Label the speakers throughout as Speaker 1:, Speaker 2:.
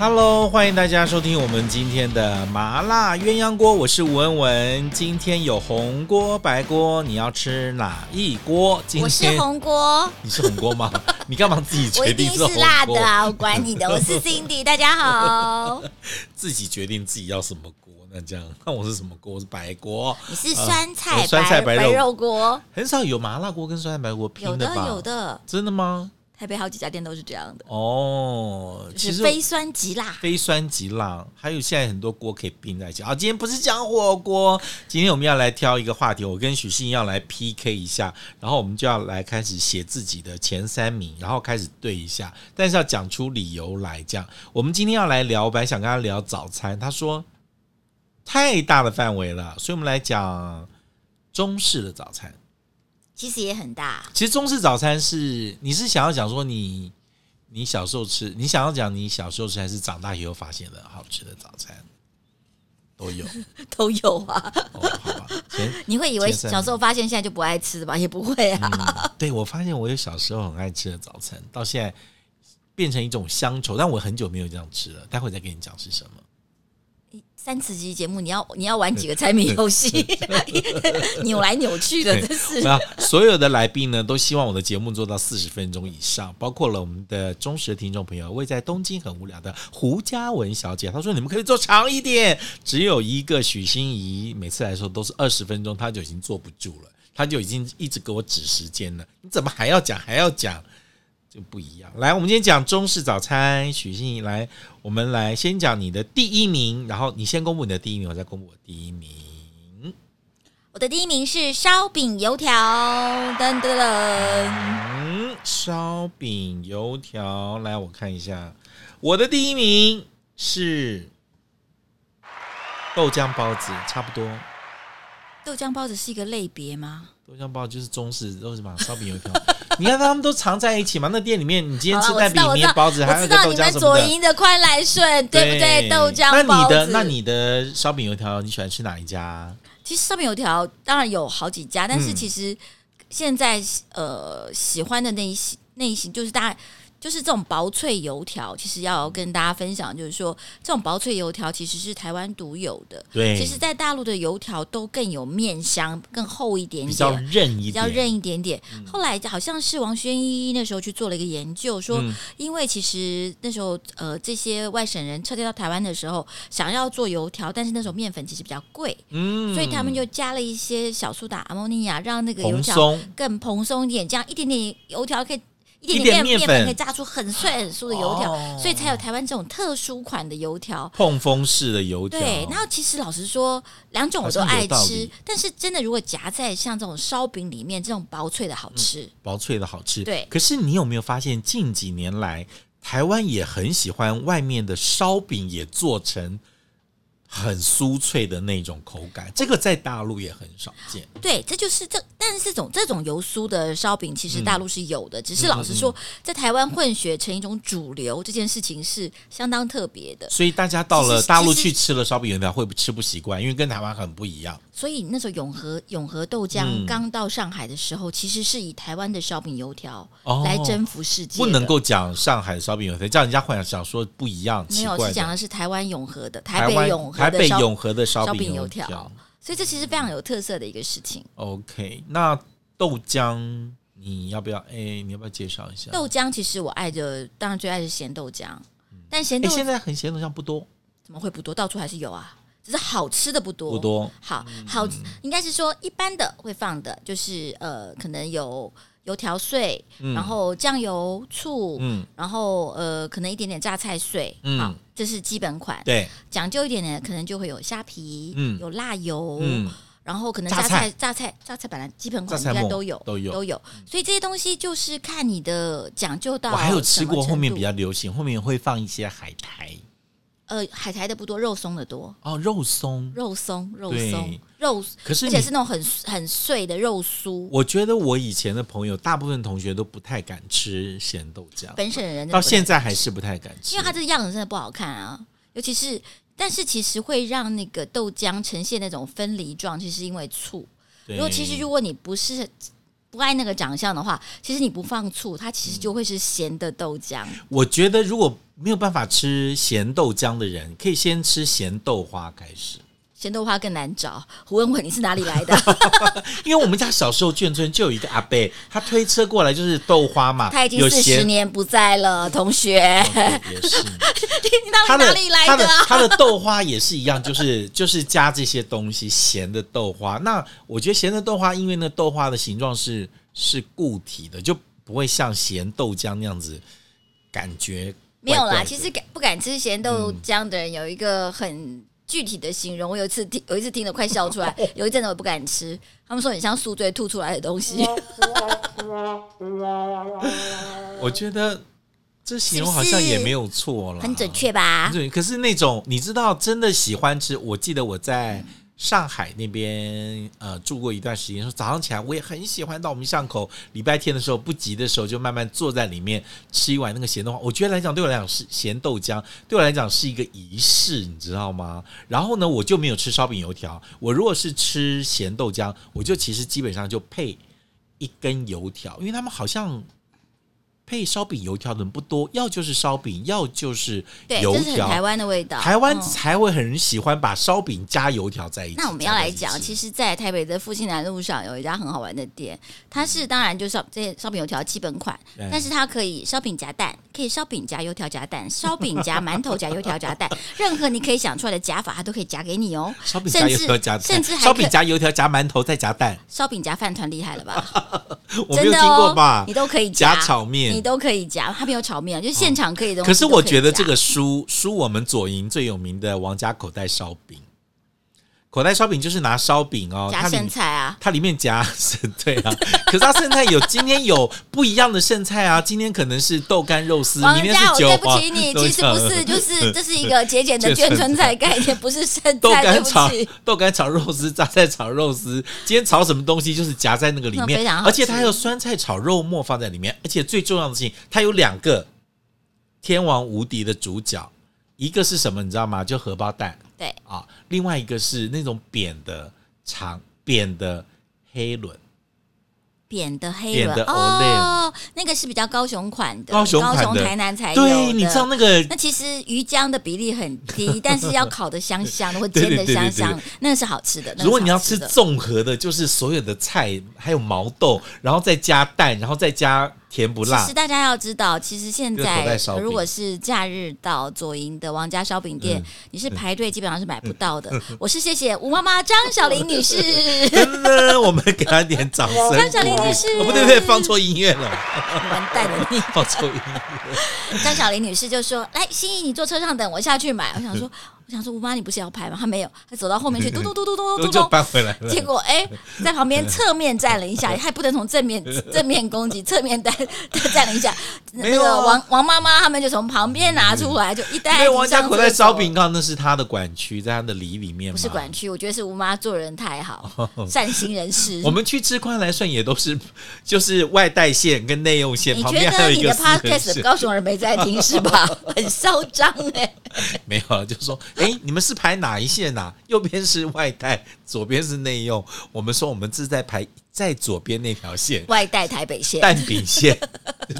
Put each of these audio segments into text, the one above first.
Speaker 1: Hello，欢迎大家收听我们今天的麻辣鸳鸯锅，我是吴文文。今天有红锅、白锅，你要吃哪一锅？今
Speaker 2: 我
Speaker 1: 天
Speaker 2: 是红锅，
Speaker 1: 你是红锅 吗？你干嘛自己
Speaker 2: 我
Speaker 1: 决
Speaker 2: 一
Speaker 1: 定
Speaker 2: 定
Speaker 1: 是红
Speaker 2: 是辣
Speaker 1: 锅
Speaker 2: 的啊！我管你的，我是 Cindy，大家好。
Speaker 1: 自己决定自己要什么锅，那这样看我是什么锅，我是白锅，
Speaker 2: 你是酸
Speaker 1: 呃
Speaker 2: 菜
Speaker 1: 我酸菜白
Speaker 2: 白
Speaker 1: 肉
Speaker 2: 肉锅，
Speaker 1: 很少有麻辣锅跟酸菜白锅拼
Speaker 2: 有的
Speaker 1: 吧？
Speaker 2: 有，的，
Speaker 1: 真的吗？
Speaker 2: 台北好几家店都是这样的，
Speaker 1: 哦，
Speaker 2: 就
Speaker 1: 其
Speaker 2: 是
Speaker 1: 实
Speaker 2: 非酸即辣。
Speaker 1: 非酸即辣，还有现在很多锅可以拼在一起。啊，今天不是讲火锅，今天我们要来挑一个话题，我跟许信要来 PK 一下，然后我们就要来开始写自己的前三名，然后开始对一下，但是要讲出理由来。这样，我们今天要来聊，我本来想跟他聊早餐，他说太大的范围了，所以我们来讲中式的早餐。
Speaker 2: 其实也很大，
Speaker 1: 其实中式早餐是你是想要讲说你你小时候吃，你想要讲你小时候吃还是长大以后发现的好吃的早餐都有
Speaker 2: 都有啊。
Speaker 1: 哦，好吧。前
Speaker 2: 你会以为
Speaker 1: 前三
Speaker 2: 小时候发现现在就不爱吃吧？也不会啊。
Speaker 1: 嗯，对我发现我有小时候很爱吃的早餐，到现在变成一种乡愁，但我很久没有这样吃了，待会再跟你讲是什么。
Speaker 2: 三十集节目，你要你要玩几个猜谜游戏， 扭来扭去的，真是。
Speaker 1: 那所有的来宾呢，都希望我的节目做到四十分钟以上，包括了我们的忠实的听众朋友，位在东京很无聊的胡嘉文小姐，她说你们可以做长一点。只有一个许心怡，每次来说都是二十分钟，她就已经坐不住了，她就已经一直给我指时间了，你怎么还要讲还要讲？就不一样。来，我们今天讲中式早餐，许心怡来，我们来先讲你的第一名，然后你先公布你的第一名，我再公布我第一名。
Speaker 2: 我的第一名是烧饼油条，噔噔噔。
Speaker 1: 嗯，烧饼、油条，来我看一下，我的第一名是豆浆包子，差不多。
Speaker 2: 豆浆包子是一个类别吗？
Speaker 1: 豆浆包子就是中式，都是嘛烧饼、油 条。你看他们都藏在一起嘛？那店里面，你今天吃
Speaker 2: 好了
Speaker 1: 蛋饼、
Speaker 2: 我知道
Speaker 1: 面包子，
Speaker 2: 我
Speaker 1: 还有
Speaker 2: 知
Speaker 1: 一个
Speaker 2: 道
Speaker 1: 豆
Speaker 2: 你
Speaker 1: 浆
Speaker 2: 们
Speaker 1: 什么
Speaker 2: 左
Speaker 1: 的，
Speaker 2: 营的快来顺，对不对？豆
Speaker 1: 那
Speaker 2: 浆包
Speaker 1: 你
Speaker 2: 子。
Speaker 1: 的那你的烧饼、油条，你喜欢吃哪一家啊？
Speaker 2: 其实上面有条当然有好几家，但是
Speaker 1: 嗯
Speaker 2: 其实现在呃喜欢的那一型那一型就是大就是这种薄脆油条，其实要跟大家分享，就是说这种薄脆油条其实是台湾独有的。
Speaker 1: 对，
Speaker 2: 其实，在大陆的油条都更有面香，更厚一点
Speaker 1: 比较
Speaker 2: 点，
Speaker 1: 韧一
Speaker 2: 比
Speaker 1: 点，嗯
Speaker 2: 较韧一点点。后来好像是王轩一那时候去做了一个研究，说
Speaker 1: 嗯
Speaker 2: 因为其实那时候呃这些外省人撤退到台湾的时候，想要做油条，但是那时候面粉其实比较贵，
Speaker 1: 嗯
Speaker 2: 所以他们就加了一些小苏打、阿莫尼亚，让那个油
Speaker 1: 蓬
Speaker 2: 条
Speaker 1: 松
Speaker 2: 更蓬松一点，这样一点点油条可以。一
Speaker 1: 一点
Speaker 2: 点点
Speaker 1: 面
Speaker 2: 面
Speaker 1: 粉
Speaker 2: 面粉可以炸出很碎很酥的油条，
Speaker 1: 哦
Speaker 2: 所以才有台湾这种特殊款的油条。
Speaker 1: 碰风式的油条，
Speaker 2: 对，然后其实老实说，两种我都
Speaker 1: 好像有
Speaker 2: 爱
Speaker 1: 道
Speaker 2: 吃
Speaker 1: 理，
Speaker 2: 但是真的如果夹在像这种烧饼里面，这种薄脆的
Speaker 1: 嗯
Speaker 2: 好吃。
Speaker 1: 薄脆的好吃。
Speaker 2: 对
Speaker 1: 可是你有没有发现近几年来，台湾也很喜欢外面的烧饼也做成很酥脆的那种口感，这个在大陆也很少见。
Speaker 2: 对，这就是这，但是这种这种油酥的烧饼，其实
Speaker 1: 嗯
Speaker 2: 大陆是有的，只是老实说，在台湾混血成一种主流，这件事情是相当特别的。
Speaker 1: 所以大家到了
Speaker 2: 其实
Speaker 1: 大陆
Speaker 2: 其实
Speaker 1: 去吃了烧饼油条，会不吃不习惯，因为跟台湾很不一样。
Speaker 2: 所以那时候永和永和豆
Speaker 1: 嗯
Speaker 2: 浆刚到上海的时候，其实是以台湾的烧饼油条
Speaker 1: 哦
Speaker 2: 来征服世界的、
Speaker 1: 不能够讲上海烧饼油条，叫人家幻想说不一样，
Speaker 2: 没
Speaker 1: 奇
Speaker 2: 有
Speaker 1: 怪
Speaker 2: 是讲
Speaker 1: 的。
Speaker 2: 的是台湾永和的台
Speaker 1: 台
Speaker 2: 北
Speaker 1: 湾
Speaker 2: 永和
Speaker 1: 台
Speaker 2: 的
Speaker 1: 北
Speaker 2: 烧，
Speaker 1: 永和的烧
Speaker 2: 烧
Speaker 1: 饼
Speaker 2: 饼
Speaker 1: 油
Speaker 2: 油条
Speaker 1: 条。
Speaker 2: 所以这其实非常有特色的一个事情。
Speaker 1: OK，那豆浆你要不要？哎、你要不要介绍一下？
Speaker 2: 豆浆其实我爱的，当然最爱是咸豆浆，但咸
Speaker 1: 哎、
Speaker 2: 豆
Speaker 1: 现在很咸豆浆不多，
Speaker 2: 怎么会不多？到处还是有啊，只是好吃的不多。
Speaker 1: 不多。
Speaker 2: 好好，
Speaker 1: 嗯
Speaker 2: 应该是说一般的会放的，就是呃，可能有油条碎，
Speaker 1: 嗯
Speaker 2: 然后酱油、醋，
Speaker 1: 嗯，
Speaker 2: 然后呃，可能一点点榨菜碎，
Speaker 1: 嗯
Speaker 2: 好，这是基本款。
Speaker 1: 对，
Speaker 2: 讲究一点呢，可能就会有虾皮，
Speaker 1: 嗯
Speaker 2: 有辣油，
Speaker 1: 嗯，
Speaker 2: 然后可能
Speaker 1: 榨
Speaker 2: 榨菜、榨菜、榨菜本来基本款
Speaker 1: 榨菜
Speaker 2: 应该
Speaker 1: 末
Speaker 2: 都有，
Speaker 1: 都有嗯
Speaker 2: 都有。所以这些东西就是看你的讲究到
Speaker 1: 我
Speaker 2: 什么程
Speaker 1: 还
Speaker 2: 度。
Speaker 1: 有吃过后面比较流行，后面会放一些海苔
Speaker 2: 呃海苔的不多，肉松的多，
Speaker 1: 哦，肉松。
Speaker 2: 肉松肉
Speaker 1: 对
Speaker 2: 松肉，
Speaker 1: 可是
Speaker 2: 而
Speaker 1: 你
Speaker 2: 且，是那种很很碎的肉酥。
Speaker 1: 我觉得我以前的朋友，大部分同学都不太敢吃咸豆浆，
Speaker 2: 本省人真的
Speaker 1: 到
Speaker 2: 不
Speaker 1: 现在还是不太敢吃，
Speaker 2: 因为它这个样子真的不好看啊，尤其是但是其实会让那个豆浆呈现那种分离状，其实因为醋。
Speaker 1: 对
Speaker 2: 如果其实如果你不是不爱那个长相的话，其实你不放醋，它其
Speaker 1: 嗯
Speaker 2: 实就会是咸的豆浆。
Speaker 1: 我觉得如果没有办法吃咸豆浆的人，可以先吃咸豆花开始。
Speaker 2: 咸豆花更难找。胡文文，你是哪里 来的？
Speaker 1: 因为我们家小时候眷村就有一个阿伯，他推车过来就是豆花嘛，
Speaker 2: 他已经
Speaker 1: 有
Speaker 2: 四十
Speaker 1: 咸
Speaker 2: 年不在了，同学，
Speaker 1: 哦对也是
Speaker 2: 你到
Speaker 1: 他
Speaker 2: 底哪
Speaker 1: 的
Speaker 2: 里来
Speaker 1: 他的
Speaker 2: 的啊？
Speaker 1: 他的豆花也是一样，就是 就是加这些东西咸的豆花。那我觉得咸的豆花，因为那豆花的形状是是固体的，就不会像咸豆浆那样子感觉
Speaker 2: 没有
Speaker 1: 怪怪
Speaker 2: 啦，
Speaker 1: 的
Speaker 2: 其实敢不敢吃咸豆浆的人有一个很具体的形容，我有一次听有一次听得快笑出来，
Speaker 1: 嗯
Speaker 2: 有一阵子我不敢吃，他们说很像宿醉吐出来的东西，
Speaker 1: 我觉得这形容好像也没有错了，
Speaker 2: 很准确吧
Speaker 1: 很？准确。可是那种你知道，真的喜欢吃，我记得我在。上海那边呃住过一段时间，说早上起来我也很喜欢到我们巷口，礼拜天的时候不急的时候就慢慢坐在里面吃一碗那个咸豆花。我觉得来讲对我来讲是咸豆浆，对我来讲是一个仪式，你知道吗？然后呢，我就没有吃烧饼油条，我如果是吃咸豆浆，我就其实基本上就配一根油条，因为他们好像配烧饼油条的人不多，要就是烧饼，要就是
Speaker 2: 对，
Speaker 1: 油
Speaker 2: 这是很
Speaker 1: 条。
Speaker 2: 台湾的味道。
Speaker 1: 台湾
Speaker 2: 嗯
Speaker 1: 才会很喜欢把烧饼加油条在一起。
Speaker 2: 那我们要来讲，其
Speaker 1: 实
Speaker 2: 实，在台北的复兴南路上有一家很好玩的店，它是当然就是烧这些烧饼油条基本款，
Speaker 1: 对
Speaker 2: 但是它可以烧饼夹蛋，可以烧饼夹油条夹蛋，烧饼夹馒头夹油条夹 蛋，任何你可以想出来的夹法，它都可以夹给你哦。
Speaker 1: 烧饼
Speaker 2: 甚
Speaker 1: 加油
Speaker 2: 至
Speaker 1: 条加
Speaker 2: 甚至还
Speaker 1: 烧饼
Speaker 2: 可
Speaker 1: 加油条加馒头再加蛋，
Speaker 2: 烧饼夹饭团厉害了吧？
Speaker 1: 我没
Speaker 2: 真
Speaker 1: 有
Speaker 2: 的
Speaker 1: 听过吧
Speaker 2: 哦，？你都可以
Speaker 1: 夹炒面哦
Speaker 2: 你都可以夹，它没有炒面，就现场可以的东西
Speaker 1: 可是
Speaker 2: 都
Speaker 1: 我
Speaker 2: 以
Speaker 1: 觉得
Speaker 2: 夹
Speaker 1: 这个输
Speaker 2: 啊
Speaker 1: 输我们左营最有名的王家口袋烧饼，口袋烧饼就是拿烧饼哦，它
Speaker 2: 夹
Speaker 1: 里
Speaker 2: 生菜啊，
Speaker 1: 它里面夹生对啊， 可是它剩菜有今天有不一样的剩菜啊，今天可能是豆干肉丝，
Speaker 2: 王
Speaker 1: 明天是啊
Speaker 2: 家，我
Speaker 1: 韭
Speaker 2: 对不
Speaker 1: 黄
Speaker 2: 起你，
Speaker 1: 豆
Speaker 2: 其实
Speaker 1: 角
Speaker 2: 不是， 就是这是一个节俭的
Speaker 1: 眷村
Speaker 2: 眷村菜概念， 不是剩
Speaker 1: 豆
Speaker 2: 菜，对
Speaker 1: 干
Speaker 2: 不
Speaker 1: 炒
Speaker 2: 起。
Speaker 1: 豆干炒肉丝， 榨菜炒肉丝，今天炒什么东西就是夹在那个里
Speaker 2: 那非
Speaker 1: 面
Speaker 2: 常，好
Speaker 1: 而且它
Speaker 2: 吃
Speaker 1: 还有酸菜炒肉末放在里面，而且最重要的事情，它有两个天王无敌的主角，一个是什么你知道吗？就荷包蛋
Speaker 2: 对，
Speaker 1: 啊，另外一个是那种扁的长扁的黑轮，
Speaker 2: 扁的黑
Speaker 1: 扁
Speaker 2: 轮
Speaker 1: 的
Speaker 2: 哦，那个是比较高雄款的，
Speaker 1: 高雄款的
Speaker 2: 台南才有
Speaker 1: 对，
Speaker 2: 的。
Speaker 1: 你知道那个
Speaker 2: 那其实鱼浆的比例很低，但是要烤的香香的，或
Speaker 1: 对
Speaker 2: 煎
Speaker 1: 对
Speaker 2: 的
Speaker 1: 对对
Speaker 2: 香
Speaker 1: 对
Speaker 2: 香，那个是好吃的。那个
Speaker 1: 如果
Speaker 2: 是
Speaker 1: 你要
Speaker 2: 好吃
Speaker 1: 吃
Speaker 2: 的
Speaker 1: 综合的，就是所有的菜，还有毛豆，然后再加蛋，然后再加甜不辣
Speaker 2: 其实，大家要知道，其实现
Speaker 1: 这个口
Speaker 2: 在
Speaker 1: 袋烧饼嗯
Speaker 2: 如果是假日到左营的王家烧饼店，你是排队基本上是买不到的。 我是谢谢吴妈妈张小玲 女士，
Speaker 1: 噔噔，我们给他点掌声。
Speaker 2: 张小玲女士，
Speaker 1: 哦，不对不对，放错音乐了，
Speaker 2: 完蛋了你。
Speaker 1: 放错音乐。
Speaker 2: 张小玲女士就说：“来，心怡，你坐车上等我下去买。”我想说，
Speaker 1: 嗯
Speaker 2: 我想说，吴妈你不是要拍吗？她没有，她走到后面去，嘟嘟嘟嘟嘟嘟
Speaker 1: 就嗯
Speaker 2: 嘟。
Speaker 1: 搬回来了
Speaker 2: 结。果哎、在旁边侧面站了 一下，还不能从正面正面攻击，侧面站 站了一下。那
Speaker 1: 没有
Speaker 2: 个
Speaker 1: 啊
Speaker 2: 王王妈妈他们就从旁边拿出来，就一袋
Speaker 1: 没有
Speaker 2: 一
Speaker 1: 王家
Speaker 2: 箱
Speaker 1: 口
Speaker 2: 子
Speaker 1: 袋
Speaker 2: 就
Speaker 1: 烧
Speaker 2: 走
Speaker 1: 饼干，那是他的管区，在他的里里面嘛。
Speaker 2: 不是管区，我觉得是吴妈做人太 好，善心人士
Speaker 1: 哦我。们去吃宽来涮也都是，就是外带线跟内用线
Speaker 2: 你
Speaker 1: 旁
Speaker 2: 觉
Speaker 1: 边还有
Speaker 2: 得你
Speaker 1: 一
Speaker 2: 的
Speaker 1: 个私人
Speaker 2: podcast
Speaker 1: 线，
Speaker 2: 高雄人没在听是吧？很嚣张哎、
Speaker 1: 没有了，就说哎，你们是排哪一线呐、右边是外带，左边是内用。我们说我们是在排在左边那条线，
Speaker 2: 外带台北 县。
Speaker 1: 蛋饼线，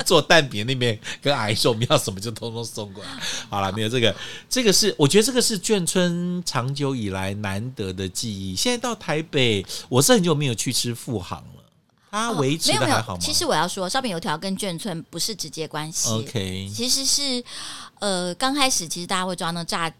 Speaker 1: 做蛋饼那边跟阿姨说我们要什么就通通送过来。好了，没有这个，这个是我觉得这个是眷村长久以来难得的记忆。现在到台北，我是很久没有去吃富航了，它维持
Speaker 2: 哦没有
Speaker 1: 的
Speaker 2: 没
Speaker 1: 还好
Speaker 2: 有，
Speaker 1: 吗？
Speaker 2: 其实我要说，烧饼油条跟眷村不是直接关系。
Speaker 1: OK，
Speaker 2: 其实是呃，刚开始其实大家会抓那炸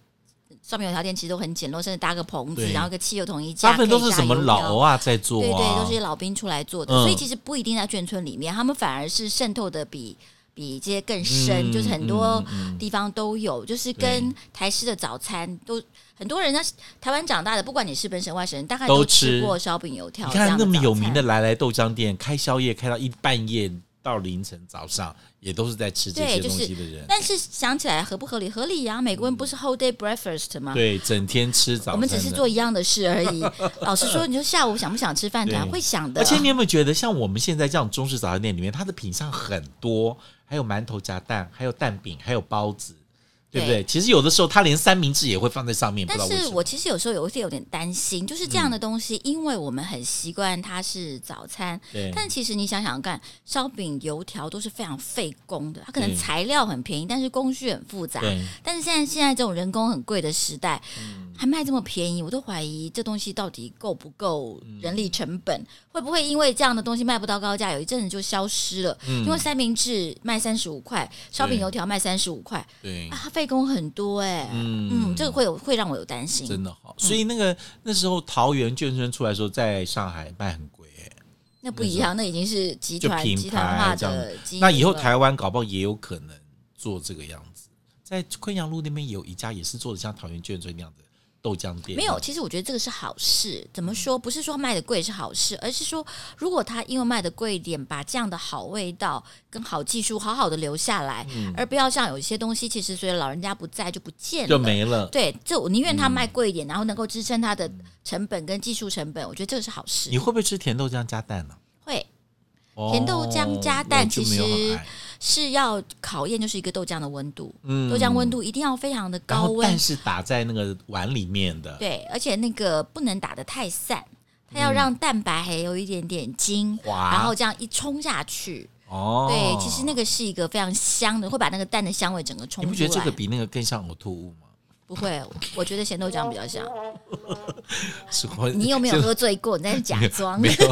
Speaker 2: 烧饼油条店，其实都很简陋，甚至搭个棚子，
Speaker 1: 对
Speaker 2: 然后一个汽油桶一架，
Speaker 1: 大部分都
Speaker 2: 可以
Speaker 1: 是
Speaker 2: 炸
Speaker 1: 什么
Speaker 2: 油
Speaker 1: 老
Speaker 2: 条
Speaker 1: 欧啊在做
Speaker 2: 对对，
Speaker 1: 啊，
Speaker 2: 都是一些老兵出来做的，
Speaker 1: 嗯
Speaker 2: 所以其实不一定在眷村里面，他们反而是渗透的比比这些更深，
Speaker 1: 嗯
Speaker 2: 就是很多
Speaker 1: 嗯嗯
Speaker 2: 地方都有，就是跟台式的早餐都很多人在台湾长大的，不管你是本省外省人，大概
Speaker 1: 都吃
Speaker 2: 吃过烧饼油条
Speaker 1: 你
Speaker 2: 这样
Speaker 1: 看
Speaker 2: 的
Speaker 1: 那么
Speaker 2: 早
Speaker 1: 有名
Speaker 2: 餐
Speaker 1: 的来来豆浆店，开宵夜开到一半夜到凌晨早上，也都是在吃这
Speaker 2: 对
Speaker 1: 些
Speaker 2: 就
Speaker 1: 东
Speaker 2: 是
Speaker 1: 西的人。
Speaker 2: 但是想起来合不合理？合理呀、啊美国人不是 whole day breakfast 吗？
Speaker 1: 对，整天吃早餐的，
Speaker 2: 我们只是做一样的事而 已。老实说，你说下午想不想吃饭团？
Speaker 1: 对
Speaker 2: 会想的。
Speaker 1: 而且你有没有觉得，像我们现在这样中式早餐店里面，它的品相很多，还有馒头夹蛋，还有蛋饼，还有包子，对不对？其实有的时候他连三明治也会放在上面，不知道
Speaker 2: 但
Speaker 1: 为
Speaker 2: 是
Speaker 1: 什么。嗯
Speaker 2: 我其实有时候有一些有点担心，就是这样的东西，因为我们很习惯它是早餐，
Speaker 1: 对，
Speaker 2: 但其实你想想看，烧饼、油条都是非常费工的，它可
Speaker 1: 对
Speaker 2: 能材料很便宜，但是工序很复杂。
Speaker 1: 对，嗯
Speaker 2: 但是现在现在这种人工很贵的时代，还卖这么便宜，我都怀疑这东西到底够不够
Speaker 1: 嗯
Speaker 2: 人力成本，会不会因为这样的东西卖不到高价，有一阵子就消失了？因为三明治卖三十五块，烧饼、
Speaker 1: 嗯对
Speaker 2: 油条卖三十五块，
Speaker 1: 对
Speaker 2: 啊，，它费工很多哎、
Speaker 1: 嗯
Speaker 2: 嗯，这个会有会让我有担心。
Speaker 1: 真的好。所以那个那时候桃园眷村出来的时候，在上海卖很贵哎。
Speaker 2: 那不一样，那已经是集团
Speaker 1: 就品牌
Speaker 2: 集团化
Speaker 1: 这样
Speaker 2: 的基因了。
Speaker 1: 那以后台湾搞不好也有可能做这个样子，在昆阳路那边有一家也是做的像桃园眷村那样的豆浆店，
Speaker 2: 没有，其实我觉得这个是好事。怎么说？不是说卖的贵是好事，而是说如果他因为卖的贵一点，把这样的好味道跟好技术好好的留下来，
Speaker 1: 嗯
Speaker 2: 而不要像有一些东西，其实随着老人家不在就不见
Speaker 1: 就
Speaker 2: 了。
Speaker 1: 没了。
Speaker 2: 对，这我宁愿他卖贵一点，然后能够支撑他的
Speaker 1: 嗯
Speaker 2: 成本跟技术成本，我觉得这个是好事
Speaker 1: 你。会不会吃甜豆浆加蛋呢、
Speaker 2: 会
Speaker 1: 哦
Speaker 2: 甜豆浆加蛋
Speaker 1: 我就没有很
Speaker 2: 其实
Speaker 1: 爱
Speaker 2: 是要考验，就是一个豆浆的温度，
Speaker 1: 嗯
Speaker 2: 豆浆温度一定要非常的
Speaker 1: 然
Speaker 2: 高
Speaker 1: 后
Speaker 2: 温
Speaker 1: 蛋，是打在那个碗里面的，
Speaker 2: 对，而且那个不能打得太散，它要让蛋白还有一点点筋，
Speaker 1: 嗯滑
Speaker 2: 然后这样一冲下去，
Speaker 1: 哦，
Speaker 2: 对，其实那个是一啊个非常香的，会把那个蛋的香味整个冲
Speaker 1: 你
Speaker 2: 出来。
Speaker 1: 不觉得这个比那个更像呕吐物吗？
Speaker 2: 不会？我觉得咸豆浆比 较香。
Speaker 1: 是我
Speaker 2: 你有没 有
Speaker 1: 就
Speaker 2: 喝醉过？你在假装
Speaker 1: 没有。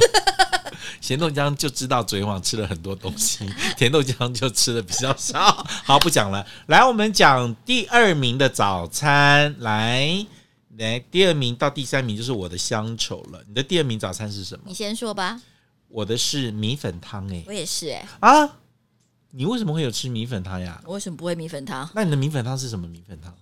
Speaker 1: 咸豆浆就知道昨天晚上吃了很多东西， 甜豆浆就吃的比较少。好，不讲了，来，我们讲第二名的早餐。来，来，第二名到第三名就是我的乡愁了。你的第二名早餐是什么
Speaker 2: 你？先说吧，
Speaker 1: 我的是米粉汤诶、
Speaker 2: 我也是哎、
Speaker 1: 啊，你为什么会有吃米粉汤呀？
Speaker 2: 我为什么不会米粉汤？
Speaker 1: 那你的米粉汤是什么米粉汤？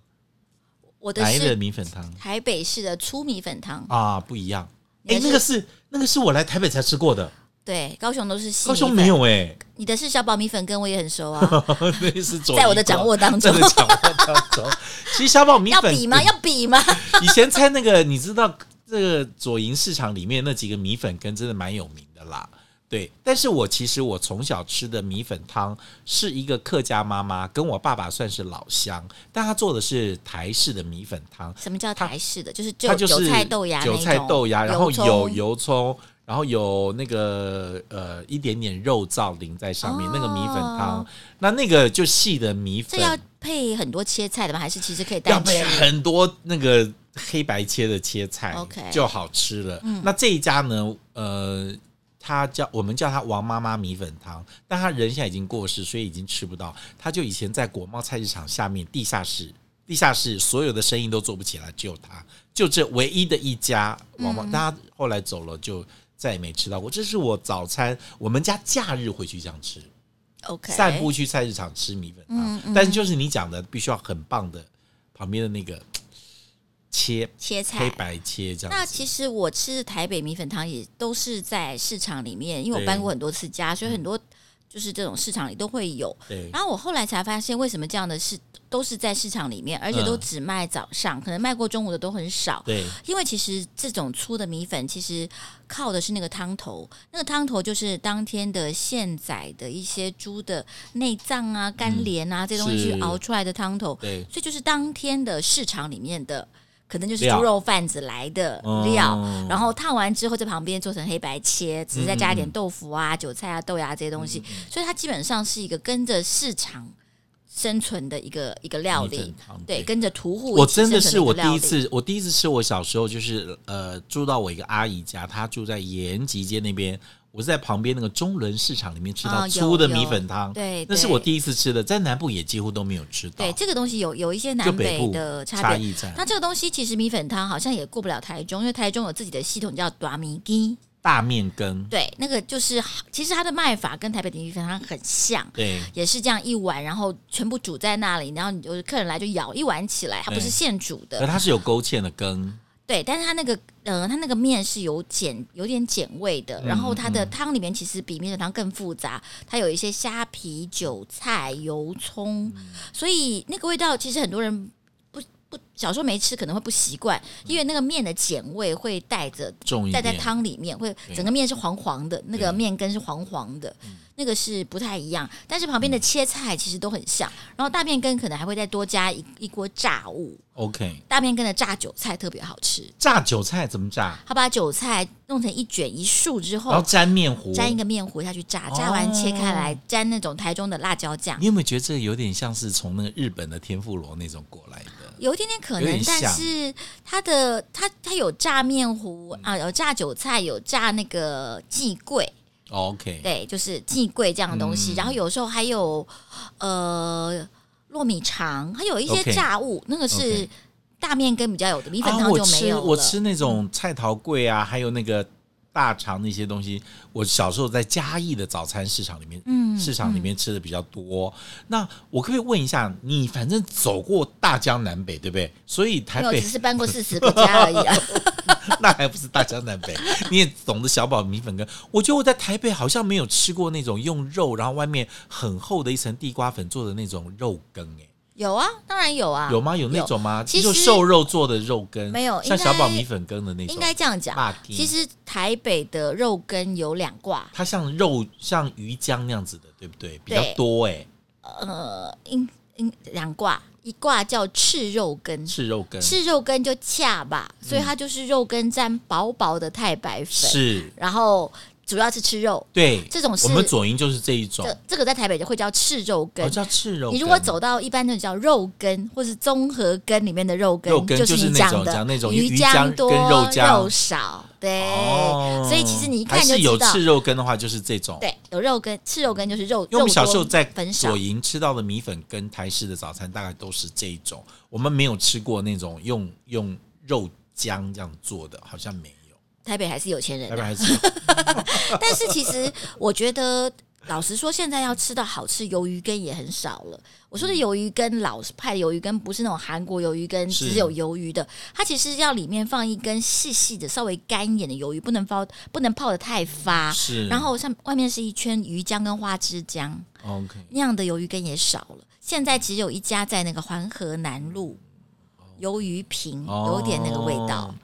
Speaker 2: 我的
Speaker 1: 哪一类的
Speaker 2: 是
Speaker 1: 米粉汤
Speaker 2: 台北市的粗米粉汤，
Speaker 1: 啊？不一样。
Speaker 2: 你
Speaker 1: 哎、
Speaker 2: 的是
Speaker 1: 那个是那个是我来台北才吃过的，
Speaker 2: 对，高雄都是细
Speaker 1: 高雄
Speaker 2: 米
Speaker 1: 没
Speaker 2: 粉
Speaker 1: 有哎、
Speaker 2: 你的是小宝米粉羹，我也很熟啊，
Speaker 1: 那是左
Speaker 2: 在我
Speaker 1: 一锅
Speaker 2: 的掌握当
Speaker 1: 真
Speaker 2: 中
Speaker 1: 的。掌握当中。其实小宝 米
Speaker 2: 要
Speaker 1: 粉
Speaker 2: 比吗？要比吗？
Speaker 1: 以前在那个你知道这个左营市场里面那几个米粉羹真的蛮有名的啦。对，但是我其实我从小吃的米粉汤是一个客家妈妈，跟我爸爸算是老乡，但他做的是台式的米粉汤，
Speaker 2: 什么叫
Speaker 1: 它
Speaker 2: 台式的？就是就
Speaker 1: 它就是
Speaker 2: 韭菜豆芽那
Speaker 1: 韭
Speaker 2: 种，
Speaker 1: 菜豆芽，然后
Speaker 2: 油葱
Speaker 1: 有油葱，然后有那个呃一点点肉燥淋在上面，那个米粉汤
Speaker 2: 哦，
Speaker 1: 那那个就细的米
Speaker 2: 这
Speaker 1: 粉，
Speaker 2: 要配很多切菜的吗？还是其实可以
Speaker 1: 要
Speaker 2: 单吃
Speaker 1: 配？啊很多那个黑白切的切菜
Speaker 2: OK 嗯
Speaker 1: 就好吃了。那这一家呢，呃，他叫我们叫他王妈妈米粉汤，但他人现在已经过世，所以已经吃不到。他就以前在国贸菜市场下面地下室，地下室所有的生意都做不起来，只有他，就这唯一的一家王妈。
Speaker 2: 嗯
Speaker 1: 但他后来走了，就再也没吃到过。这是我早餐，我们家假日回去这样吃。
Speaker 2: OK，
Speaker 1: 散步去菜市场吃米粉汤，啊
Speaker 2: 嗯嗯
Speaker 1: 但是就是你讲的，必须要很棒的旁边的那个切
Speaker 2: 切
Speaker 1: 黑
Speaker 2: 菜。
Speaker 1: 白切这
Speaker 2: 那
Speaker 1: 样子。
Speaker 2: 其实我吃的台北米粉汤也都是在市场里面，因为我
Speaker 1: 对
Speaker 2: 搬过很多次家，所以很多就是这种市场里都会有。
Speaker 1: 对
Speaker 2: 然后我后来才发现，为什么这样的市都是在市场里面，而且都
Speaker 1: 嗯
Speaker 2: 只卖早上，可能卖过中午的都很少。
Speaker 1: 对，
Speaker 2: 因为其实这种粗的米粉，其实靠的是那个汤头，那个汤头就是当天的现宰的一些猪的内脏啊、干莲啊、这些东西
Speaker 1: 嗯是
Speaker 2: 去熬出来的汤头，
Speaker 1: 对
Speaker 2: 所以就是当天的市场里面的。可能就是
Speaker 1: 料
Speaker 2: 猪肉贩子来的料，
Speaker 1: 哦
Speaker 2: 然后烫完之后在旁边做成黑白切，只是再加一
Speaker 1: 嗯
Speaker 2: 点豆腐啊、韭菜啊、豆芽这些东西，所以它基本上是一个跟着市场生存的一个一个料
Speaker 1: 米粉
Speaker 2: 理
Speaker 1: 汤，
Speaker 2: 对，
Speaker 1: 对
Speaker 2: 跟着屠户
Speaker 1: 我
Speaker 2: 一起生
Speaker 1: 真的
Speaker 2: 存
Speaker 1: 是
Speaker 2: 一个
Speaker 1: 我
Speaker 2: 料
Speaker 1: 第一
Speaker 2: 理
Speaker 1: 次，我第一次吃我小时候就是呃住到我一个阿姨家，她住在延吉街那边，我是在旁边那个中仑市场里面吃到
Speaker 2: 哦有
Speaker 1: 粗的
Speaker 2: 有
Speaker 1: 米粉汤，
Speaker 2: 对
Speaker 1: 那是
Speaker 2: 对
Speaker 1: 我第一次吃的，在南部也几乎都没有吃到
Speaker 2: 对，，这个东西有有一些
Speaker 1: 就
Speaker 2: 南
Speaker 1: 北
Speaker 2: 北
Speaker 1: 部
Speaker 2: 的差
Speaker 1: 差
Speaker 2: 别。
Speaker 1: 异在
Speaker 2: 那这个东西其实米粉汤好像也过不了台中，因为台中有自己的系统叫短米鸡，
Speaker 1: 大面羹，
Speaker 2: 对，那个就是其实它的卖法跟台北的米粉汤很像，
Speaker 1: 对
Speaker 2: 也是这样一碗，然后全部煮在那里，然后你就是客人来就舀一碗起来，它不
Speaker 1: 对
Speaker 2: 是现煮
Speaker 1: 而
Speaker 2: 的，
Speaker 1: 它是有勾芡的羹，
Speaker 2: 对，但是它那个呃，它那个面是有碱有点碱味的，然
Speaker 1: 嗯
Speaker 2: 后它的汤里面其实比米粉汤更复杂，它有一些虾
Speaker 1: 嗯
Speaker 2: 皮、韭菜、油葱，所以那个味道其实很多人不不小时候没吃可能会不习惯，因为那个面的碱味会带着
Speaker 1: 重一
Speaker 2: 带
Speaker 1: 点，
Speaker 2: 在汤里面，会
Speaker 1: 对
Speaker 2: 整个面是黄黄的，那
Speaker 1: 对嗯
Speaker 2: 个面根是黄黄的，那个是不太一样。但是旁边的切菜其实都很像，然后大面根可能还会再多加一一锅炸物，
Speaker 1: OK，
Speaker 2: 大面根的炸韭菜特别好吃。
Speaker 1: 炸韭菜怎么炸？
Speaker 2: 他把韭菜弄成一卷一束之
Speaker 1: 然后
Speaker 2: 后，
Speaker 1: 沾面糊，
Speaker 2: 哦沾一个面糊下去炸，
Speaker 1: 哦
Speaker 2: 炸完切开来沾那种台中的辣椒酱
Speaker 1: 你，有没有觉得这个有点像是从那个日本的天妇罗那种过来的？
Speaker 2: 有一点点可
Speaker 1: 有
Speaker 2: 能
Speaker 1: 点，
Speaker 2: 但
Speaker 1: 像
Speaker 2: 是它的它它有炸面糊啊，有炸韭菜，有炸那个季桂，
Speaker 1: OK，
Speaker 2: 对，就是季桂这样的东西。
Speaker 1: 嗯
Speaker 2: 然后有时候还有呃糯米肠，还有一些
Speaker 1: OK
Speaker 2: 炸物那个是
Speaker 1: OK
Speaker 2: 大面羹比较有的，米粉
Speaker 1: 啊、
Speaker 2: 汤
Speaker 1: 我
Speaker 2: 就没
Speaker 1: 吃
Speaker 2: 有了。嗯
Speaker 1: 我吃那种菜桃桂啊，还有那个大肠那些东西，我小时候在嘉义的早餐市场里面，
Speaker 2: 嗯
Speaker 1: 市场里面吃的比较多。那我可不可以问一下，你反正走过大江南北，对不对？所以台
Speaker 2: 没有，
Speaker 1: 北
Speaker 2: 只是搬过四十个家而已 啊。
Speaker 1: 那还不是大江南北， 你也懂得小宝米粉羹。我觉得我在台北好像没有吃过那种用肉，然后外面很厚的一层地瓜粉做的那种肉羹、欸，
Speaker 2: 有啊，当然有啊，
Speaker 1: 有吗？有那种吗？
Speaker 2: 其
Speaker 1: 就
Speaker 2: 实
Speaker 1: 瘦肉做的肉羹，
Speaker 2: 没有
Speaker 1: 像
Speaker 2: 应
Speaker 1: 小宝
Speaker 2: 该
Speaker 1: 米粉羹的那种
Speaker 2: 应。该这样讲
Speaker 1: 辣。鸡
Speaker 2: 其实台北的肉羹有两挂，
Speaker 1: 它像肉像鱼浆那样子的，对不对？比较
Speaker 2: 对
Speaker 1: 多哎、
Speaker 2: 呃，应应两挂，一挂叫赤肉羹，
Speaker 1: 是肉羹嗯
Speaker 2: 赤肉羹就恰吧，所以它就是肉羹沾薄薄的太白粉，
Speaker 1: 是
Speaker 2: 然后主要是吃肉。
Speaker 1: 对，
Speaker 2: 这种是
Speaker 1: 我们左营就是这一种
Speaker 2: 这，这个在台北就会叫赤肉羹
Speaker 1: 哦，。叫赤肉羹。
Speaker 2: 你如果走到一般的叫肉羹或是综合羹里面的肉羹，
Speaker 1: 肉羹
Speaker 2: 是
Speaker 1: 就是
Speaker 2: 你
Speaker 1: 那种
Speaker 2: 讲的
Speaker 1: 讲那种
Speaker 2: 鱼
Speaker 1: 鱼浆跟
Speaker 2: 多
Speaker 1: 肉浆
Speaker 2: 肉少，对。
Speaker 1: 哦，
Speaker 2: 欸所以其实你一看
Speaker 1: 还
Speaker 2: 就是
Speaker 1: 有
Speaker 2: 知道，
Speaker 1: 赤肉羹的话，就是这种。
Speaker 2: 对，有肉羹，赤肉羹就是肉。
Speaker 1: 因为我们小
Speaker 2: 肉多
Speaker 1: 时候在
Speaker 2: 粉少
Speaker 1: 左，营吃到的米粉跟台式的早餐大概都是这一种，我们没有吃过那种用用肉浆这样做的，好像没有。
Speaker 2: 台北还是有钱人
Speaker 1: 要
Speaker 2: 啊
Speaker 1: 不。然还是
Speaker 2: 但是其实我觉得，老实说，现在要吃到好吃鱿鱼羹也很少了。我
Speaker 1: 嗯
Speaker 2: 说的鱿鱼羹，老派的鱿鱼羹不是那种韩国鱿鱼羹，
Speaker 1: 是
Speaker 2: 只有鱿鱼的，它其实要里面放一根细细的、稍微干一点的鱿鱼，不能包，不能泡的太发。
Speaker 1: 是，
Speaker 2: 然后上外面是一圈鱼浆跟花枝浆，
Speaker 1: OK
Speaker 2: 那样的鱿鱼羹也少了。现在只有一家在那个环河南路鱿鱼坪，有点那个味道
Speaker 1: 哦。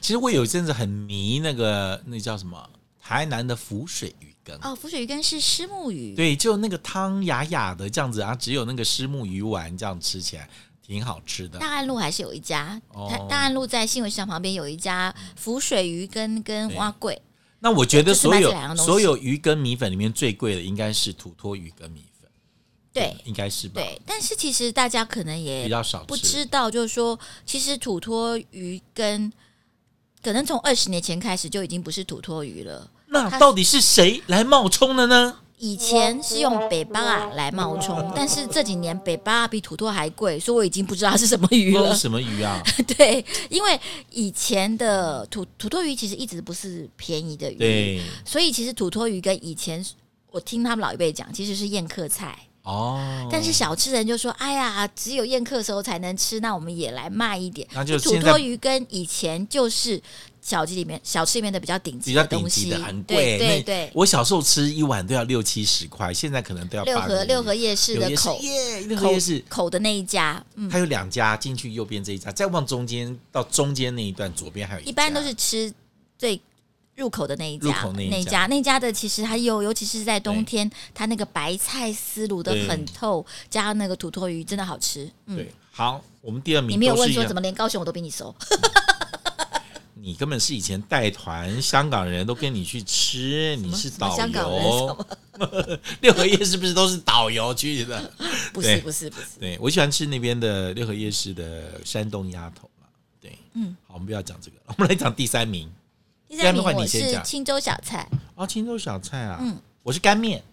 Speaker 1: 其实我有一阵子很迷那个那叫什么台南的浮水鱼羹。
Speaker 2: 哦，浮水鱼羹是虱目鱼，
Speaker 1: 对，就那个汤哑哑的这样子啊，只有那个虱目鱼丸这样吃起来挺好吃的。
Speaker 2: 大安路还是有一家，
Speaker 1: 哦
Speaker 2: 它大安路在新闻市场旁边有一家浮水鱼羹跟蛙桂，
Speaker 1: 那我觉得
Speaker 2: 就是
Speaker 1: 所
Speaker 2: 卖这
Speaker 1: 有
Speaker 2: 两样东西
Speaker 1: 所有鱼羹米粉里面最贵的应该是土托鱼羹米粉，
Speaker 2: 对
Speaker 1: 应该是吧？
Speaker 2: 对。但是其实大家可能
Speaker 1: 比
Speaker 2: 也
Speaker 1: 较少吃。
Speaker 2: 不知道，就是说，其实土托鱼羹可能从二十年前开始就已经不是土托鱼了。
Speaker 1: 那
Speaker 2: 它
Speaker 1: 到底是谁来冒充的呢？
Speaker 2: 以前是用北巴啊来冒充，但是这几年北巴啊比土托还贵，所以我已经不知道它是什么鱼
Speaker 1: 那
Speaker 2: 了
Speaker 1: 是。什么鱼啊？
Speaker 2: 对，因为以前的土土托鱼其实一直不是便宜的鱼，
Speaker 1: 对，
Speaker 2: 所以其实土托鱼跟以前我听他们老一辈讲，其实是宴客菜。
Speaker 1: 哦，
Speaker 2: 但是小吃人就说：“哎呀，只有宴客时候才能吃，那我们也来卖一点。”
Speaker 1: 那就
Speaker 2: 土
Speaker 1: 现在
Speaker 2: 托鱼跟以前就是小吃里面小吃里面的比较顶
Speaker 1: 比
Speaker 2: 级
Speaker 1: 较
Speaker 2: 的
Speaker 1: 顶
Speaker 2: 东
Speaker 1: 级
Speaker 2: 西，
Speaker 1: 的，很贵。
Speaker 2: 对对
Speaker 1: 那
Speaker 2: 对，
Speaker 1: 我小时候吃一碗都要六七十块，现在可能都要
Speaker 2: 六
Speaker 1: 八
Speaker 2: 合
Speaker 1: 个
Speaker 2: 六合夜市
Speaker 1: 有
Speaker 2: 的
Speaker 1: 夜市
Speaker 2: 口
Speaker 1: 耶，六合
Speaker 2: 口
Speaker 1: 夜市。
Speaker 2: 口的那一家，嗯，
Speaker 1: 它有两家，进去右边这一家，再往中间到中间那一段，左边还有一家
Speaker 2: 一般都是吃最。入口的那一
Speaker 1: 入
Speaker 2: 家
Speaker 1: 口，那一
Speaker 2: 一
Speaker 1: 家
Speaker 2: 家那一家的其实还有，尤其是在冬天，它那个白菜丝卤的
Speaker 1: 对
Speaker 2: 很透，加上那个土托鱼，真的好吃。嗯，
Speaker 1: 对。好，我们第二名
Speaker 2: 你没有
Speaker 1: 都
Speaker 2: 问
Speaker 1: 是一
Speaker 2: 说
Speaker 1: 样
Speaker 2: 怎么连高雄我都比 你熟，
Speaker 1: 你根本是以前带团，香港人都跟你去吃，你是导
Speaker 2: 香港人什
Speaker 1: 游。 六合夜是不是都是导游去的？
Speaker 2: 不
Speaker 1: 对
Speaker 2: 是不是不是，
Speaker 1: 对我喜欢吃那边的六合夜市的山东鸭头嘛。对，
Speaker 2: 嗯，
Speaker 1: 好，我们不要讲这个， 我们来讲第三名
Speaker 2: 第三名
Speaker 1: 换你
Speaker 2: 我
Speaker 1: 先
Speaker 2: 是
Speaker 1: 讲
Speaker 2: 青州小菜
Speaker 1: 哦，青州小菜啊。
Speaker 2: 嗯，
Speaker 1: 我是干面，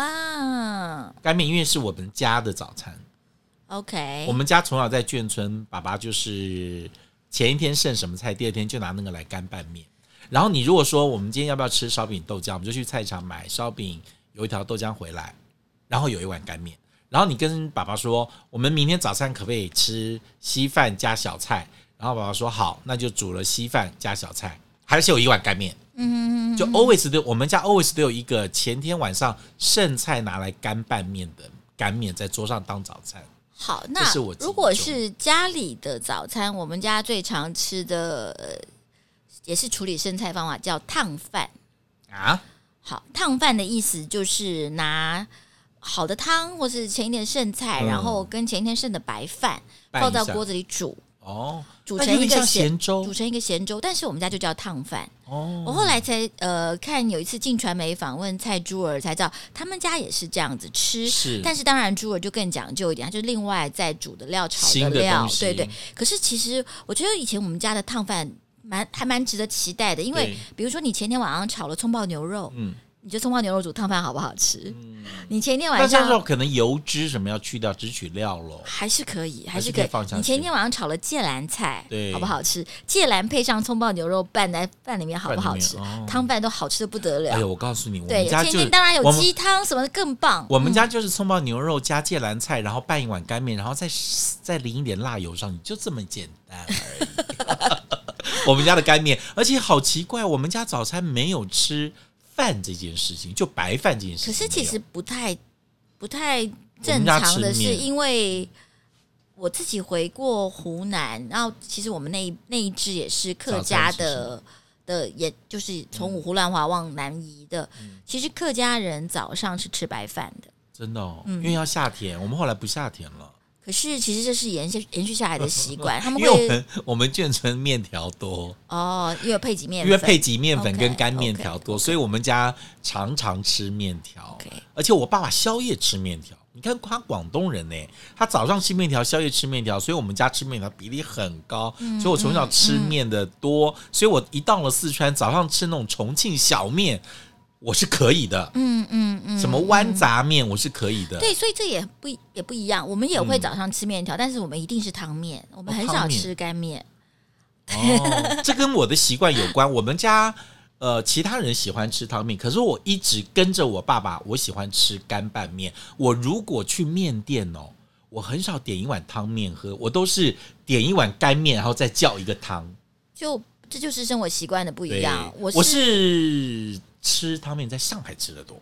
Speaker 2: 啊
Speaker 1: 干面因为是我们家的早餐。
Speaker 2: ，OK，
Speaker 1: 我们家从小在眷村，爸爸就是前一天剩什么菜，第二天就拿那个来干拌面。然后你如果说我们今天要不要吃烧饼豆浆，我们就去菜场买烧饼，有一条豆浆回来，然后有一碗干面。然后你跟爸爸说，我们明天早餐可不可以吃稀饭加小菜？然后爸爸说好，那就煮了稀饭加小菜，还是有一碗干面。
Speaker 2: 嗯，
Speaker 1: 就 always 都我们家 always 都有一个前天晚上剩菜拿来干拌面的干面在桌上当早餐。
Speaker 2: 好，
Speaker 1: 这
Speaker 2: 那
Speaker 1: 是我自己
Speaker 2: 如果是家里的早餐，我们家最常吃的、呃也是处理剩菜方法叫烫饭。
Speaker 1: 啊，
Speaker 2: 好，烫饭的意思就是拿好的汤或是前一天剩菜，
Speaker 1: 嗯
Speaker 2: 然后跟前一天剩的白饭
Speaker 1: 拌
Speaker 2: 泡
Speaker 1: 一
Speaker 2: 到
Speaker 1: 下
Speaker 2: 锅子里煮，
Speaker 1: 哦，
Speaker 2: 煮
Speaker 1: 那
Speaker 2: 成
Speaker 1: 有
Speaker 2: 一
Speaker 1: 点像
Speaker 2: 个
Speaker 1: 咸粥
Speaker 2: 煮成一个咸粥，但是我们家就叫烫饭。我
Speaker 1: 哦，
Speaker 2: 后来才呃看有一次进传媒访问蔡珠儿，才知道他们家也是这样子吃。
Speaker 1: 是，
Speaker 2: 但是当然，猪儿就更讲究一点，它就另外再煮的料、炒
Speaker 1: 新的
Speaker 2: 料
Speaker 1: 东，西
Speaker 2: 对对。可是其实我觉得以前我们家的烫饭蛮还蛮值得期待的，因为
Speaker 1: 对
Speaker 2: 比如说你前天晚上炒了葱爆牛肉，
Speaker 1: 嗯
Speaker 2: 你觉得葱爆牛肉煮烫饭好不好吃？
Speaker 1: 嗯，
Speaker 2: 你前天
Speaker 1: 那
Speaker 2: 晚
Speaker 1: 这时候
Speaker 2: 上
Speaker 1: 可能油脂什么要去掉，只取料喽。
Speaker 2: 还是可以，还
Speaker 1: 还
Speaker 2: 是
Speaker 1: 是
Speaker 2: 可
Speaker 1: 可以
Speaker 2: 以
Speaker 1: 放。下去
Speaker 2: 你前天晚上炒了芥蓝菜，
Speaker 1: 对
Speaker 2: 好不好吃？芥蓝配上葱爆牛肉拌在饭里面，好不好吃
Speaker 1: 拌里面哦？
Speaker 2: 汤饭都好吃的不得
Speaker 1: 哎
Speaker 2: 了。
Speaker 1: 呦，我告诉你，我
Speaker 2: 对，
Speaker 1: 们家
Speaker 2: 前
Speaker 1: 就
Speaker 2: 天当然
Speaker 1: 我
Speaker 2: 有
Speaker 1: 们
Speaker 2: 鸡嗯汤什么的更棒。
Speaker 1: 我们家就是葱爆牛肉加芥蓝菜，然后拌一碗干面，然后再再淋一点辣油上去，就这么简单而已。 我们家的干面，而且好奇怪，我们家早餐没有吃饭这件事情，就白饭这件事情
Speaker 2: 可
Speaker 1: 没
Speaker 2: 是
Speaker 1: 有。
Speaker 2: 其实不太不太
Speaker 1: 我
Speaker 2: 正
Speaker 1: 们家
Speaker 2: 常的
Speaker 1: 吃
Speaker 2: 是，
Speaker 1: 面
Speaker 2: 因为我自己回过湖南，然后其实我们那一那一支也是客家的的，也就是从五胡乱华往南移的。
Speaker 1: 嗯
Speaker 2: 其实客家人早上是吃白饭的，
Speaker 1: 真的、
Speaker 2: 嗯
Speaker 1: 哦，因为要夏天，我们后来不夏天了，
Speaker 2: 可是其实这是延续延续下来的习 惯，他们
Speaker 1: 因为我
Speaker 2: 会
Speaker 1: 们我们眷村面条多，
Speaker 2: 哦，因为配几面
Speaker 1: 因为
Speaker 2: 粉
Speaker 1: 配集面粉
Speaker 2: OK，
Speaker 1: 跟干面条多，所以我们家常常吃面条
Speaker 2: OK。
Speaker 1: 而且我爸爸宵夜吃面条，你看他广东人呢、他早上吃面条，宵夜吃面条，所以我们家吃面条比例很高，
Speaker 2: 嗯
Speaker 1: 所以我从小吃面的多，所以我一到了四川，早上吃那种重庆小面，我是可以的，
Speaker 2: 嗯嗯嗯，
Speaker 1: 什么豌杂面我是可以的，
Speaker 2: 对，所以这也不也不一样。我们也会
Speaker 1: 嗯
Speaker 2: 早上吃面条，但是我们一定是汤面，我们
Speaker 1: 哦
Speaker 2: 很
Speaker 1: 汤
Speaker 2: 少
Speaker 1: 面
Speaker 2: 吃干面。
Speaker 1: 哦，这跟我的习惯有关。我们家呃，其他人喜欢吃汤面，可是我一直跟着我爸爸，我喜欢吃干拌面。我如果去面店哦，我很少点一碗汤面喝，我都是点一碗干面，然后再叫一个汤。
Speaker 2: 就这就是生活习惯的不一
Speaker 1: 对
Speaker 2: 样。，我
Speaker 1: 我
Speaker 2: 是
Speaker 1: 是吃汤面，在上海吃的多。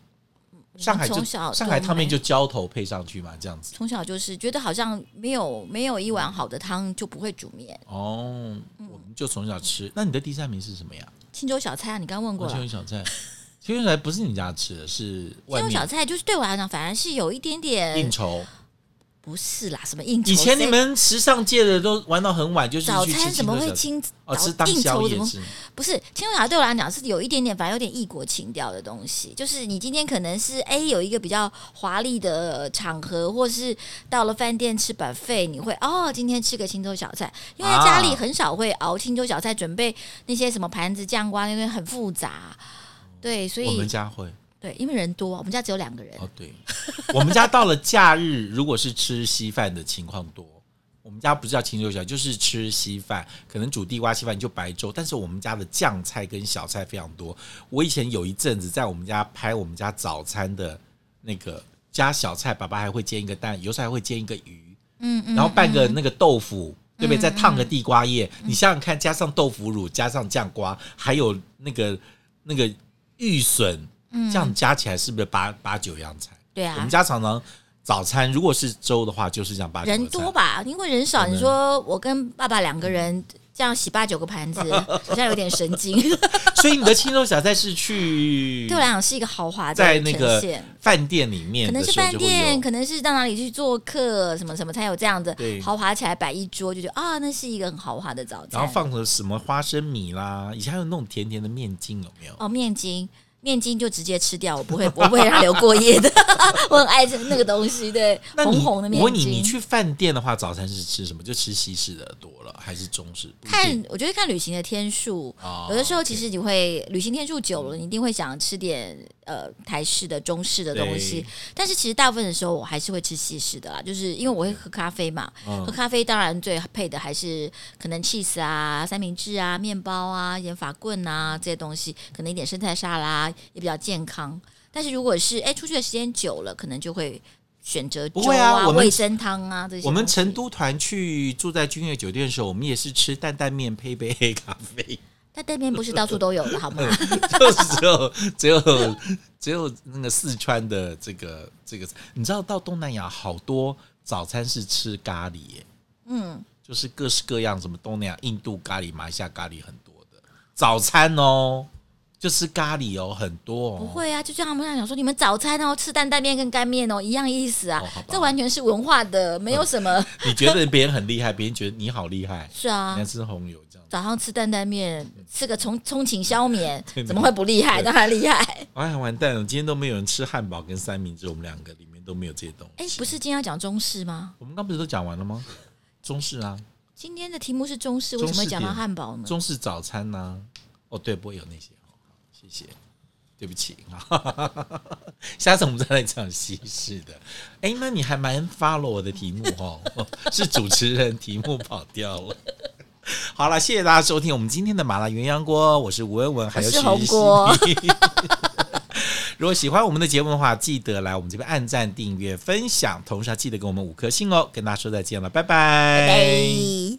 Speaker 1: 上海就
Speaker 2: 从小
Speaker 1: 上海
Speaker 2: 都
Speaker 1: 汤面
Speaker 2: 没
Speaker 1: 就浇头配上去嘛，这样子。
Speaker 2: 从小就是觉得好像没有没有一碗好的汤就不会煮面。
Speaker 1: 哦，我们就从小吃。那你的第三名是什么呀？
Speaker 2: 青州小菜啊，你刚问过
Speaker 1: 我
Speaker 2: 了。
Speaker 1: 青
Speaker 2: 青
Speaker 1: 云小菜，青云小菜不是你家吃的，是外
Speaker 2: 州
Speaker 1: 面
Speaker 2: 小菜就是对我来讲，反而是有一点
Speaker 1: 应
Speaker 2: 点
Speaker 1: 酬。
Speaker 2: 不是啦，什么应酬？
Speaker 1: 以前你
Speaker 2: 谁
Speaker 1: 们时尚界的都玩到很晚，就是
Speaker 2: 早
Speaker 1: 去
Speaker 2: 餐
Speaker 1: 吃
Speaker 2: 怎么
Speaker 1: 青州小
Speaker 2: 会
Speaker 1: 菜哦，
Speaker 2: 清？
Speaker 1: 吃
Speaker 2: 早
Speaker 1: 当
Speaker 2: 应
Speaker 1: 宵
Speaker 2: 酬怎
Speaker 1: 夜
Speaker 2: 么
Speaker 1: 吃，
Speaker 2: 不是青州小菜对我来讲是有一点点，反而有点异国情调的东西。就是你今天可能是 A 有一个比较华丽的呃场合，或是到了饭店吃 buffet，你会哦，今天吃个青州小菜，因为在家里
Speaker 1: 啊
Speaker 2: 很少会熬青州小菜，准备那些什么盘子、酱瓜，因为很复杂。对，所
Speaker 1: 我们
Speaker 2: 以
Speaker 1: 家会
Speaker 2: 对，因为人多，我们家只有两个人，
Speaker 1: 哦，对， 我们家到了假日，如果是吃稀饭的情况多。我们家不是叫清粥小菜，就是吃稀饭，可能煮地瓜稀饭就白粥。但是我们家的酱菜跟小菜非常多。我以前有一阵子在我们家拍我们家早餐的那个加小菜，爸爸还会煎一个蛋，有时候还会煎一个鱼，
Speaker 2: 嗯嗯，嗯
Speaker 1: 然后拌个那个豆腐，对不对？再烫个地瓜叶，你想想看，加上豆腐乳，加上酱瓜，还有那个那个玉笋，
Speaker 2: 嗯
Speaker 1: 这样加起来是不是八八九样菜？
Speaker 2: 对
Speaker 1: 我
Speaker 2: 啊
Speaker 1: 们。家常常早餐如果是粥的话，就是这样八九
Speaker 2: 人
Speaker 1: 个
Speaker 2: 多
Speaker 1: 菜。
Speaker 2: 吧，因为人少。
Speaker 1: 可能
Speaker 2: 你说我跟爸爸两个人这样洗八九个盘子，好像有点神经。
Speaker 1: 所以你的青州小菜是去
Speaker 2: 对啊我来讲是一个豪华的
Speaker 1: 在那
Speaker 2: 呈
Speaker 1: 个
Speaker 2: 现
Speaker 1: 饭店里面
Speaker 2: 可能
Speaker 1: 的
Speaker 2: 是
Speaker 1: 时候
Speaker 2: 饭
Speaker 1: 就会
Speaker 2: 店，
Speaker 1: 有。
Speaker 2: 可能是到哪里去做客，什么什么才有这样的
Speaker 1: 对
Speaker 2: 豪华起来摆一桌，就觉得啊，那是一个很豪华的早餐。
Speaker 1: 然后放了什么花生米啦，以前还有那种甜甜的面筋，有没有？
Speaker 2: 哦面筋，面筋就直接吃掉，我不会， 我不会让它留过夜的。 我很爱吃那个东西，对，
Speaker 1: 那你
Speaker 2: 红红的面
Speaker 1: 我问你，
Speaker 2: 筋。
Speaker 1: 你去饭店的话，早餐是吃什么？就吃西式的多了，还是中式？不一定
Speaker 2: 看，我觉得看旅行的天数，
Speaker 1: 哦
Speaker 2: 有的时候
Speaker 1: OK
Speaker 2: 其实你会旅行天数久了，你一定会想吃点呃台式的、中式的东西
Speaker 1: 对。
Speaker 2: 但是其实大部分的时候我还是会吃西式的啦，就是因为我会喝咖啡嘛，
Speaker 1: 嗯
Speaker 2: 喝咖啡当然最配的还是可能 cheese 啊、三明治啊、面包啊、盐法棍啊这些东西，可能一点生菜沙拉也比较健康。但是如果是哎出去的时间久了，可能就会选择
Speaker 1: 不
Speaker 2: 粥
Speaker 1: 会啊我们
Speaker 2: 味增汤啊这些东西。
Speaker 1: 我们成都团去住在君悦酒店的时候，我们也是吃担担面配一杯黑咖啡，
Speaker 2: 但那边不是到处都有的好吗？
Speaker 1: 嗯就是只有只有只有那个四川的这个这个，你知道到东南亚好多早餐是吃咖喱耶，
Speaker 2: 嗯，
Speaker 1: 就是各式各样，什么东南亚、印度咖喱、马来西亚咖喱很多的早餐哦，就吃咖喱哦，很多哦。
Speaker 2: 不会啊，就像他们那样讲说，你们早餐哦吃担担面跟干面哦一样意思啊
Speaker 1: 哦好吧，嗯
Speaker 2: 这完全是文化的，没有 什么。
Speaker 1: 你觉得别人很厉害，别人觉得你好厉害，
Speaker 2: 是
Speaker 1: 你
Speaker 2: 啊
Speaker 1: 还，吃红油这样。
Speaker 2: 早上吃担担面，吃个冲冲 情消眠
Speaker 1: 对，的
Speaker 2: 怎么会不厉害？当然厉害。
Speaker 1: 哎，完蛋了，今天都没有人吃汉堡跟三明治，我们两个里面都没有这些东西。
Speaker 2: 哎，不是今天要讲中式吗？
Speaker 1: 我们刚不是都讲完了吗？中式啊，
Speaker 2: 今天的题目是中式，
Speaker 1: 中式
Speaker 2: 为什么会讲到
Speaker 1: 点
Speaker 2: 汉堡呢？
Speaker 1: 中式早餐呐、哦，对，不会有那些。好好谢谢，对不起。 下次我们再来讲西式的。哎，那你还蛮 follow 我的题目哦， 是主持人题目跑掉了。 好了，谢谢大家收听我们今天的麻辣鸳鸯锅，我是吴文文，还有
Speaker 2: 哎我
Speaker 1: 许
Speaker 2: 是红锅
Speaker 1: 希。如果喜欢我们的节目的话，记得来我们这边按赞、订阅、分享，同时要记得给我们五颗星哦。跟大家说再见了，拜拜
Speaker 2: 哎。